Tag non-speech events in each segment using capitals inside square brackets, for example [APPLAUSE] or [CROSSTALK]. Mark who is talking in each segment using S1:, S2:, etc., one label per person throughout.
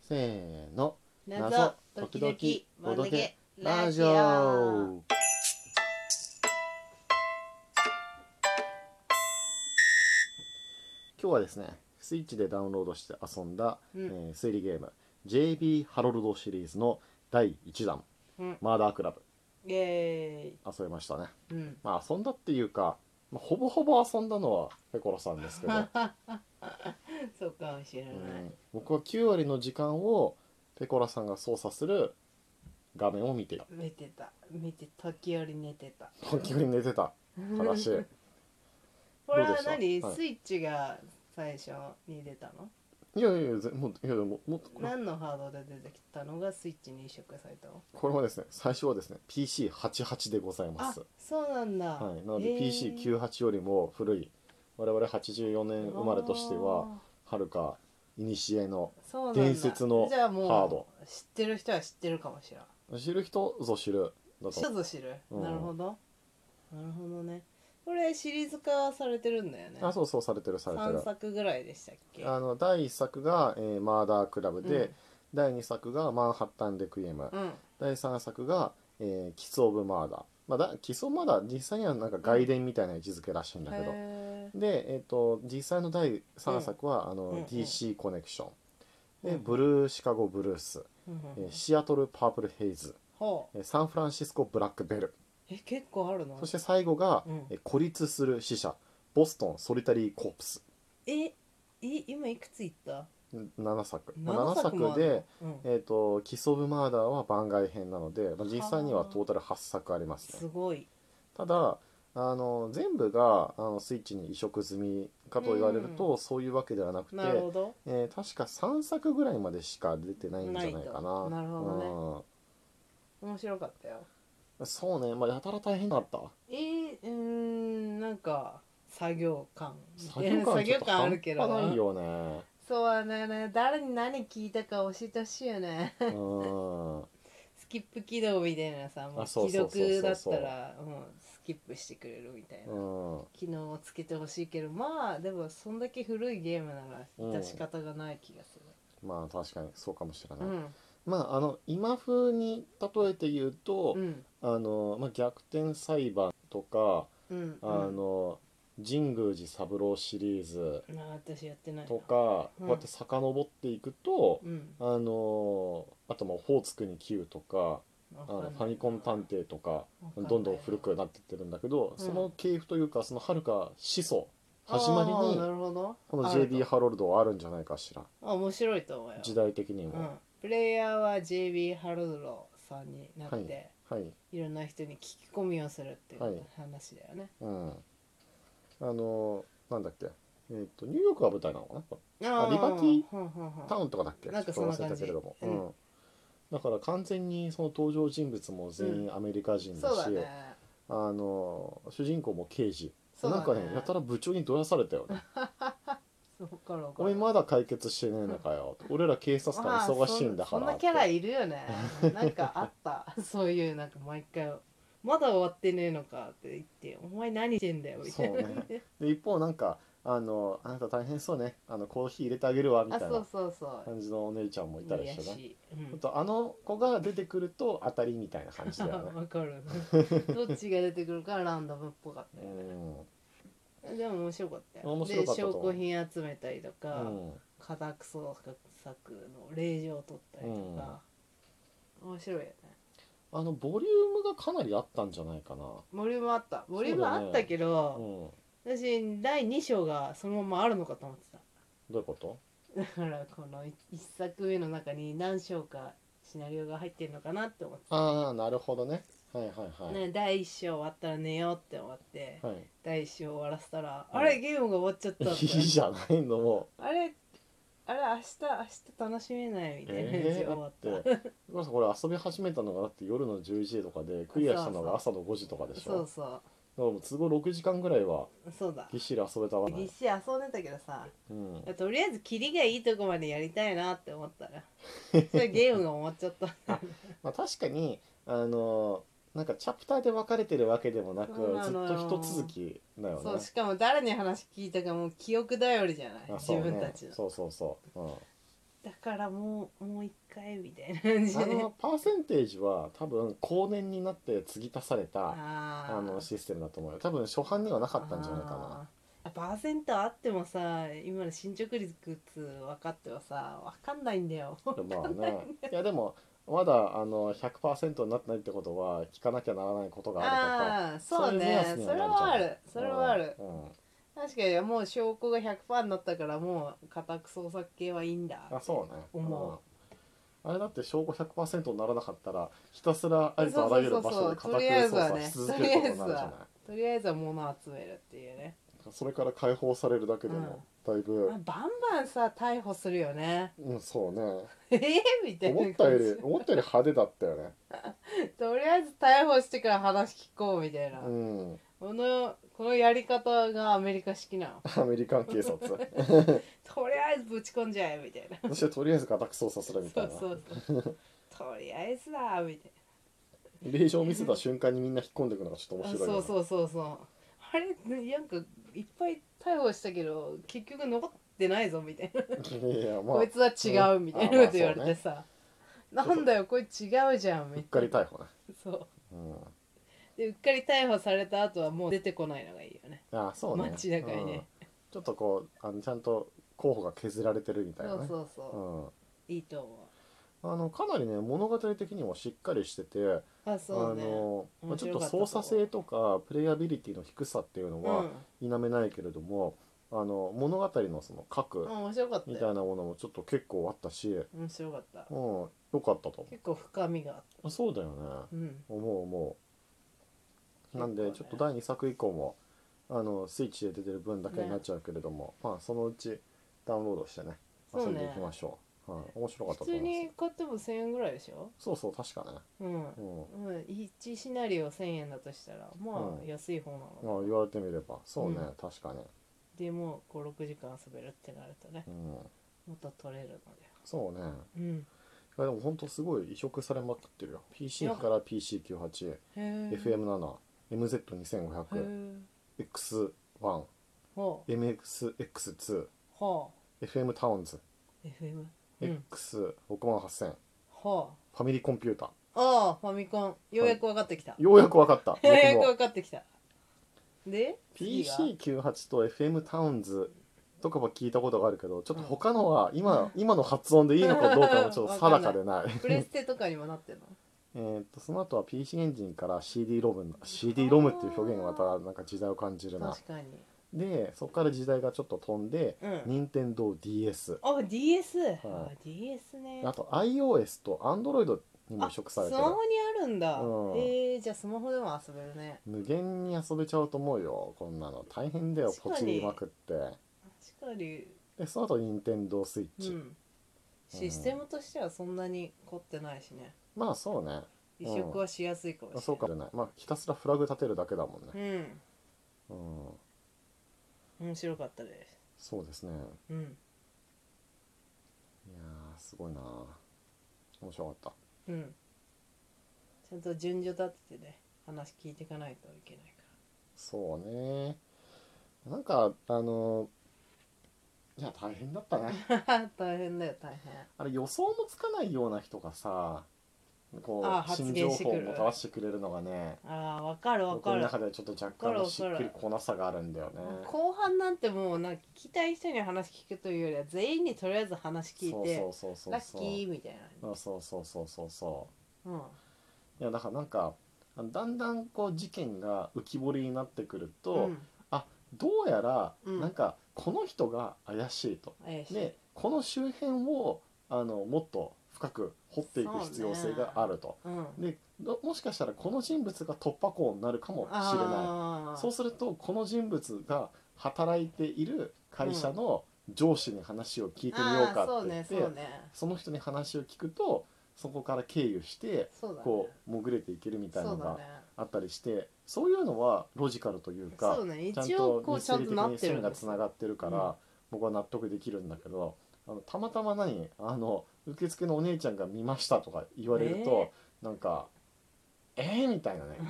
S1: せーの
S2: 謎時々ボドゲ
S1: ラ
S2: ラ
S1: ジ
S2: ジ
S1: オ
S2: オ
S1: 今日はですねスイッチでダウンロードして遊んだ、
S2: うん
S1: えー推理ゲーム JB ハロルドシリーズの第1弾、
S2: うん
S1: マーダークラブ
S2: イエ
S1: 遊びましたね
S2: ーイ、うん、
S1: まあ遊んだっていうか、まあほぼほぼ遊んだのはペコロさんです
S2: [LAUGHS]
S1: けど、
S2: そうかもしれな
S1: う
S2: い、
S1: ん僕は9割の時間をペコラさんが操作する画面を見ていた [LAUGHS]
S2: 見てた見て時折寝てた
S1: 時折寝てた正しい
S2: [LAUGHS] これ
S1: どうで
S2: は
S1: した
S2: 何、
S1: はい
S2: スイッチが最初に出たの
S1: いやいやいやぜもういやでももっとこれ
S2: 何のハードで出てきたのがスイッチに移植されたの
S1: これはですね最初はですね PC88 でございま
S2: あ
S1: す
S2: そうなんだ、
S1: はい、なので
S2: へー
S1: PC98 よりも古い我々84年生まれとしてははるか古の
S2: あーそうなんだ
S1: 伝説の
S2: じゃあもう
S1: ハード
S2: 知ってる人は知ってるかもしれない
S1: 知る人ぞ知るだ
S2: 知る
S1: と
S2: ぞ知る、
S1: うん
S2: なるほどなるほどねこれシリーズ化されてるんだよね
S1: あそうそうされてるされて
S2: 3
S1: る
S2: 作ぐらいでしたっけ
S1: あの第1作が、えーマーダークラブで、第2作がマンハッタンレクイエム、
S2: うん、うん
S1: 第3作が、えーキス・オブ・マーダー、まあ、だキス・オブ・マーダー実際にはなんか外伝みたいな位置づけらしいんだけど、
S2: へ
S1: で、えっと実際の第3作は、あの
S2: うんうん
S1: DC コネクション
S2: ー
S1: で、ブルーシカゴ・ブルース、
S2: うんうん
S1: えーシアトル・パープル・ヘイズ、
S2: ほう
S1: えーサンフランシスコ・ブラック・ベル
S2: え結構あるの
S1: そして最後が、
S2: うん
S1: えー孤立する死者ボストン・ソリタリー・コープス
S2: ええ今いくついった
S1: 7作まあ
S2: 7
S1: 7
S2: 作も
S1: 作
S2: あるの
S1: で、
S2: うん
S1: えっとキス・オブ・マーダーは番外編なので、まあ、実際にはトータル8作あります
S2: す
S1: ね
S2: ごい
S1: ただあの全部があのスイッチに移植済みかと言われると、そういうわけではなくて
S2: なるほど
S1: えー確か3作ぐらいまでしか出てないんじゃないかな
S2: ないとなるほど
S1: ね、
S2: 面白かったよ
S1: うんそうねまあやたら大変だった
S2: えー、うーんなんか作業感
S1: 作業感
S2: 作
S1: ちょ
S2: 業
S1: っと
S2: 感あ
S1: 半
S2: るけど
S1: 端ないよね
S2: [LAUGHS] そうだね誰に何聞いたか教えてほしいよね
S1: うん
S2: スキップ起動みたいなさも
S1: あ
S2: う
S1: そう
S2: 既
S1: そうそうそう
S2: 読だったらうんスキップしてくれるみたいな、
S1: うん
S2: 機能をつけてほしいけどまあでもそんだけ古いゲームなら致し方がない気がす
S1: まあ確かにそうかもしれな
S2: る
S1: い、
S2: うん
S1: まああの今風に例えて言うと、
S2: うん
S1: あのまあ、逆転裁判とか、
S2: うん
S1: あの神宮寺三郎シリーズ
S2: うんあ私やってないな
S1: とか、
S2: う
S1: こ
S2: ん
S1: うやって遡っていくと、
S2: うん
S1: あのあとまあ「ホーツクに9」とか
S2: わ
S1: あ
S2: かんな
S1: の
S2: い
S1: ファミコン探偵とか
S2: わかんない
S1: どんどん古くなってってるんだけど、
S2: うん
S1: その系譜というかそのはるか始祖始まり
S2: あーな
S1: に
S2: るほど
S1: この
S2: あると
S1: JB ハロルドはあるんじゃないかしら
S2: あ面白いと思うよ
S1: 時代的に
S2: うん
S1: も、
S2: プレイヤーは JB ハルロさんになって、、
S1: はいはい
S2: ろんな人に聞き込みをするってい
S1: は
S2: う
S1: い
S2: 話だよね、
S1: うんあのなんだっけえっ、とニューヨークが舞台なのかな
S2: あー
S1: リバティ
S2: ほんほんほん
S1: タウンとかだっけ
S2: なんか
S1: ちょっと
S2: そん
S1: 忘れ
S2: な感
S1: た
S2: じ
S1: けれども、う
S2: うんん
S1: だから完全にその登場人物も全員アメリカ人だ
S2: そうだ
S1: し、
S2: ね
S1: あの主人公も刑事、
S2: そうだ
S1: な
S2: ね
S1: んかねやたら部長にどやされたよね
S2: そっから
S1: 「
S2: わか
S1: おい
S2: る
S1: まだ解決してねえのかよ」俺ら警察官忙しいんだから
S2: まあそんそんなキャラいる
S1: [LAUGHS]
S2: よねなんかあったそういうなんか毎回まだ終わってねえのかって言ってお前何してんだよみたいな、
S1: そうで一方なんかあの「あなた大変そうねあのコーヒー入れてあげるわ」みた
S2: あ
S1: いな
S2: そうそうそう
S1: 感じのお姉ちゃんもいたりしてね
S2: い、
S1: ほ
S2: うん
S1: んとあの子が出てくると当たりみたいな感じ
S2: [LAUGHS]
S1: だよね
S2: わか
S1: [LAUGHS]
S2: るどっちが出てくるかランダムっぽかっ
S1: う
S2: たよね
S1: ん、
S2: でも面白かったよ
S1: 面白かったと
S2: で証
S1: 思う
S2: 拠品集めたりと
S1: う
S2: か、
S1: ん、
S2: 家宅捜索の令状を取ったりとか、面白いよね
S1: あのボリュームがかなりあったんじゃないかな
S2: ボリュームあったボリューム
S1: そうだ
S2: あ
S1: ね
S2: ったけ
S1: うん
S2: ど、
S1: ど
S2: 私第2章がそのままあるのかと思ってた
S1: ういうこと
S2: だからこの1作目の中に何章かシナリオが入ってるのかなって思ってた、
S1: ああなるほどねはいはいはい、
S2: ね、第1章終わったら寝ようって思って、
S1: はい、
S2: 第1章終わらせたら、
S1: うん
S2: あれゲームが終わっちゃった
S1: い
S2: っ
S1: [LAUGHS]
S2: て
S1: いじゃないのも
S2: あれあれ明日明日楽しめないみたいな [LAUGHS] 感じ
S1: え
S2: で終
S1: え
S2: わ
S1: だ
S2: っ、
S1: ったてだからこれ遊び始めたのがだって夜の11時とかでクリアしたのが朝
S2: そ
S1: の5時とかでし
S2: そう
S1: ょ
S2: そ
S1: だからもう都合6時間ぐらいは
S2: うそうだ
S1: ぎっしり遊べたわ
S2: 実施遊んでたけどさ
S1: うん、
S2: とりあえずキリがいいとこまでやりたいなって思った
S1: [LAUGHS]
S2: らそれゲームが終わっちゃった
S1: まあ、確かにあのなんかチャプターで分かれてるわけでもなく
S2: そうな
S1: ずっ
S2: のよ
S1: と一続きだよ
S2: そう
S1: ね
S2: しかも誰に話聞いたかもう記憶頼りじゃない、
S1: あ
S2: 自
S1: そうね
S2: 分たちの [LAUGHS]
S1: そうそうそう、うん、
S2: だからもうもう一回みたいな感じで
S1: あのパーセンテージは多分後年になって継ぎ足された
S2: あー
S1: あのシステムだと思うよ多分初版にはなかったんじゃないかな
S2: あーパーセントあってもさ今の進捗率分かってはさ分かんないんだよ
S1: [LAUGHS] まあねいやでもまだあの100%になってないってことは聞かなきゃならないことがあるとか
S2: ああーそ
S1: そう
S2: うね
S1: いう目安に
S2: そ
S1: は
S2: れ
S1: なるじゃん
S2: はあるそれはある
S1: うんうん
S2: 確かにもう証拠が100%になったからもう家宅捜索系はいいんだ
S1: あそうね
S2: 思
S1: うんあれだって証拠100%にならなかったらひたすらありとあらゆる場所で家
S2: そうそうそうそうと
S1: 宅
S2: りあ
S1: 捜査し
S2: えずはね
S1: 続けることになるじゃな
S2: とりあえずは物を集めるっていうね、
S1: いそれから解放されるだけでもだいぶ
S2: まあ、バンバンさ逮捕するよね [LAUGHS]
S1: うんそうね
S2: ええみたいな
S1: 思
S2: 感
S1: っ
S2: じ
S1: たより思ったより派手だったよね
S2: とりあえず逮捕してから話聞こうみたいな、
S1: うん
S2: このこのやり方がアメリカ式なの
S1: アメリカン
S2: [LAUGHS]
S1: 警察
S2: とりあえずぶち込んじゃえみたいな
S1: そしてとりあえず家宅捜査するみたいな
S2: そうそうそうとりあえずだみたい
S1: 令状を見せた瞬間にみんな引っ込んでいくのがちょっと
S2: な
S1: 面
S2: あ
S1: 白いよ
S2: そ
S1: ね
S2: うそうそうそうあれなんかいっぱい逮捕したけど結局残ってないぞみたいな、
S1: いやいやまあ
S2: こいうつは違うみたいなこと言われてさ、
S1: まあそうね
S2: なんだよこれ違うじゃんみ
S1: っか
S2: たい
S1: り
S2: な
S1: 逮捕ね
S2: そう
S1: うん
S2: でうっかり逮捕された後はもう出てこないのがいいよね
S1: ああそうね
S2: 街中に
S1: うん
S2: ね、
S1: ちょっとこうあのちゃんと候補が削られてるみたいな
S2: そう
S1: ね
S2: そうそう、
S1: うん
S2: いいと思
S1: あのかなりね物語的にもしっかりしてて、
S2: うあ
S1: あ
S2: そうね
S1: のまあ
S2: 面
S1: ちょっと
S2: 白かった
S1: 操作性とかプレイアビリティの低さっていうの
S2: う
S1: は
S2: ん
S1: 否めないけれども、あの物語のその核
S2: うん面白かった
S1: み
S2: よ
S1: たいなものもちょっと結構あったし、うん、
S2: 面白かった
S1: よかったと思う
S2: 結構深みがあっ
S1: あそうだよね
S2: たうん
S1: 思う思うなんで
S2: 結構ね
S1: ちょっと第2作以降もあのスイッチで出てる分だけになっちゃうけれども、まあそのうちダウンロードしてね
S2: そ
S1: 遊
S2: う
S1: び
S2: ね
S1: でいきましょうはい、面白かった
S2: 普
S1: と思
S2: 通
S1: います
S2: に買っても1000円ぐらいでしょ
S1: そうそう確かね
S2: うん、
S1: うん
S2: うん、1シナリオ1000円だとしたらま
S1: う
S2: あ
S1: ん
S2: 安い方なの、
S1: まあ言われてみればそうね、
S2: うん
S1: 確かに、
S2: でも56時間遊べるってなるとね
S1: うん、
S2: もっと取れるので
S1: そうね
S2: う
S1: い
S2: ん
S1: やでもほんとすごい移植されまくってるよ PC から PC98FM7MZ2500X1
S2: へえへえ
S1: MXX2
S2: ほうほ
S1: FM タウンズ
S2: う FM うん
S1: X68000
S2: ほう
S1: ファミリーコンピュータ
S2: ああファミコンようやく分かってきた、
S1: ーようやくわかった
S2: [LAUGHS] ようやく
S1: 僕も
S2: 分かってきたで次が
S1: PC98 と FM タウンズとかは聞いたことがあるけどちょっと他のは今今の発音でいいのかどうかもちょっと定かで
S2: [LAUGHS]
S1: ない
S2: プレステとかにもなってんの
S1: えーっとその後は PC エンジンから CD ロム CD ロムっていう表現がまたなんか時代を感じるな
S2: 確かに
S1: でそこから時代がちょっと飛んで
S2: うん
S1: 任天堂 d s
S2: あ DS、
S1: は
S2: あ DS ね
S1: あと iOS と Android にも移植され
S2: ス
S1: て
S2: マ
S1: る
S2: ホにあるんだ、
S1: うん
S2: えー、じゃあスマホでも遊べるね
S1: 無限に遊べちゃうと思うよこんなの大変だよ
S2: 確か
S1: ポ
S2: に
S1: チりまくって
S2: 確かに
S1: でその後任天堂スイッ
S2: う
S1: チ、
S2: んシステムとしてはそんなに凝ってないしね
S1: まあそうね
S2: 移植はしやすいかもしれない、
S1: そうかもしれないまあひたすらフラグ立てるだけだもんね
S2: うん
S1: うん
S2: 面白かったです
S1: そうですね
S2: うん
S1: いやーすごいな面白かった
S2: うんちゃんと順序立ててね話聞いていかないといけないか
S1: そうねなんかあのいや大変だった
S2: [LAUGHS]
S1: ね
S2: ら大変だよ大
S1: あれ予想もつかないような人がさこ
S2: あ
S1: う
S2: 発
S1: 新
S2: 言
S1: 情
S2: してく
S1: 報
S2: る
S1: をもたらしてくれるのがね
S2: 変ああわかるわ
S1: 僕
S2: か
S1: の
S2: る
S1: 中ではちょっと若干のしっくりこなさがあるんだよね
S2: 後半なんてもうなんか聞きたい人に話聞くというよりは全員にとりあえず話聞いて
S1: そうそうそうそう
S2: ラッキーみたいな、
S1: そうそうそうそうそうそ
S2: うん、
S1: ういやだからなんかあのだんだんこう事件が浮き彫りになってくると、
S2: うん
S1: どうやら
S2: うん
S1: なんかこの人が怪しいと、
S2: 怪しい
S1: でこの周辺をあのもっと深く掘っていく必要性があると、
S2: うん、
S1: でどもしかしたらこの人物が突破口になるかもしれな
S2: あ
S1: い
S2: ー
S1: そうするとこの人物が働いている会社の上司に話を聞いてみようか
S2: あー
S1: っ
S2: そう
S1: て言
S2: ね
S1: って、
S2: そうね
S1: その人に話を聞くとそこから経由して
S2: そうだね
S1: こう潜れていけるみたいな
S2: そ
S1: の
S2: うだ
S1: が
S2: ね
S1: あったりしてそういうのはロジカルというか
S2: そうね
S1: ちゃん
S2: 一応
S1: と
S2: こうちゃんとな
S1: 的
S2: っ
S1: に
S2: てる
S1: 線
S2: ん
S1: が
S2: で
S1: つ
S2: す
S1: ながってるから僕は納得できるんだけどあのたまたま何あの受付のお姉ちゃんが見ましたとか言われるとなんか
S2: [LAUGHS]
S1: 「えー?」みたいなね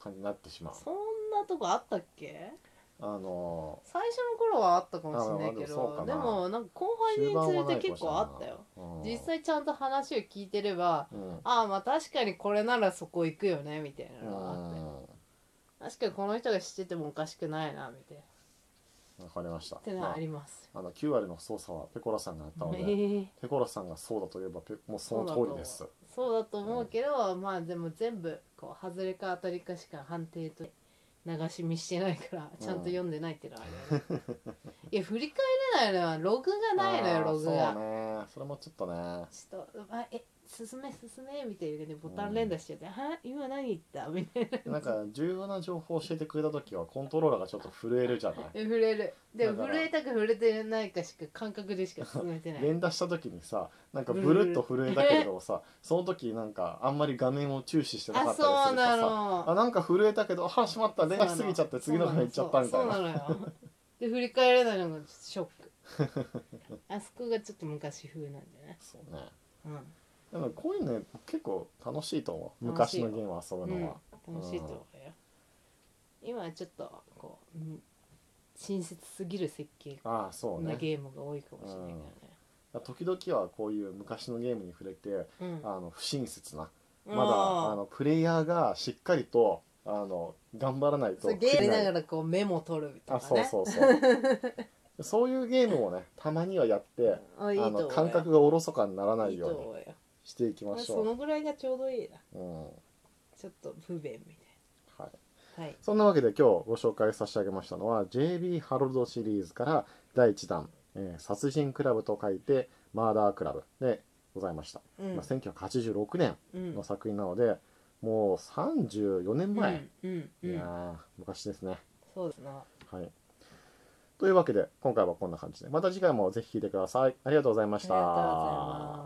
S1: 感じになってしまう。
S2: そんなとこあったっけ
S1: あの
S2: 最初の頃はあったかもしれないけ
S1: あまあでもそう
S2: ど
S1: かな
S2: でもなんか後半に
S1: は
S2: つ
S1: ないいか
S2: て
S1: も
S2: 結
S1: しれん
S2: 構
S1: な
S2: あったよ
S1: うん
S2: 実際ちゃんと話を聞いてれば
S1: うん
S2: ああまあ確かにこれならそこ行くよねみたいな
S1: う
S2: のがあったよ
S1: ん
S2: 確かにこの人が知っててもおかしくないなみたいな
S1: わかりました
S2: っての
S1: ま
S2: は
S1: あ
S2: あります、
S1: あの9割の操作はペコラさんがやったの
S2: え
S1: で
S2: ー
S1: ペコラさんがそうだと言えばペもうその通りです
S2: そうだと思うけど、まあでも全部こう外れか当たりかしか判定と流し見してないから
S1: うん
S2: ちゃんと読んでないっていうのはあるよね、
S1: [LAUGHS]
S2: いや振り返れないのはログがないの
S1: あ
S2: よ
S1: ー
S2: ログ
S1: そ
S2: が、
S1: うねそれもちょっとね
S2: ちょっと「あえ進め進め」みたいなねボタン連打しちゃって「は今何言った?」みたいな
S1: なんか重要な情報を教えてくれた時はコントローラーがちょっと震えるじゃない
S2: 震えるで
S1: だ
S2: も
S1: から
S2: 震えたか震えてないかしか感覚でしか進めてな
S1: [LAUGHS]
S2: い
S1: 連打した時にさなんかブルッと震えたけれども
S2: [LAUGHS]
S1: さその時なんかあんまり画面を注視してなか
S2: あ
S1: ったりす
S2: そう
S1: ると
S2: な
S1: さ
S2: の
S1: あなんか震えたけどあしまった連打しすぎちゃって次の画面行っちゃったみたいな
S2: そうなのそうなのよで振り返れないのがショック
S1: [LAUGHS]
S2: あそこがちょっと昔風なんだよね
S1: そうね
S2: う
S1: でもこういうのね結構楽しいと思う
S2: 楽
S1: 昔
S2: しいよ
S1: のゲームを遊ぶ
S2: ん、うん、
S1: のは、
S2: 楽しいと思うよ今はちょっとこううん親切すぎる設計
S1: ああそう
S2: な
S1: ね
S2: ゲームが多いかもしれない
S1: 時々はこういう昔のゲームに触れて
S2: からね、うん、
S1: あの不親切な
S2: うん
S1: まだあのプレイヤーがしっかりとあの頑張らないと
S2: そうゲームやりなが
S1: ら
S2: らこうメモ取るみたい
S1: あ
S2: な、ね、
S1: そうそうそう
S2: [LAUGHS]
S1: そういうゲームをねたまにはやって
S2: あいいと
S1: あ
S2: 思
S1: の
S2: うよ
S1: 感覚がおろそかにならない
S2: い
S1: よ
S2: と
S1: う
S2: 思
S1: に
S2: うよ
S1: していきまし
S2: そ
S1: ょ
S2: のぐらいがちょうどいいな
S1: う、うんは
S2: ちょっと不便み
S1: い、
S2: たいなはい
S1: そんなわけで今日ご紹介させてあげましたのは JB ハロルドシリーズから第1弾、えー殺人クラブと書いてマーダークラブでございました、
S2: うん
S1: まあ、1986年
S2: うん
S1: の作品なので、もう34年前、
S2: うんうんうん
S1: いやー昔ですね。
S2: そうですな
S1: はい。というわけで今回はこんな感じでまた次回もぜひ聴いてください。ありがとうございました。
S2: ありがとうございます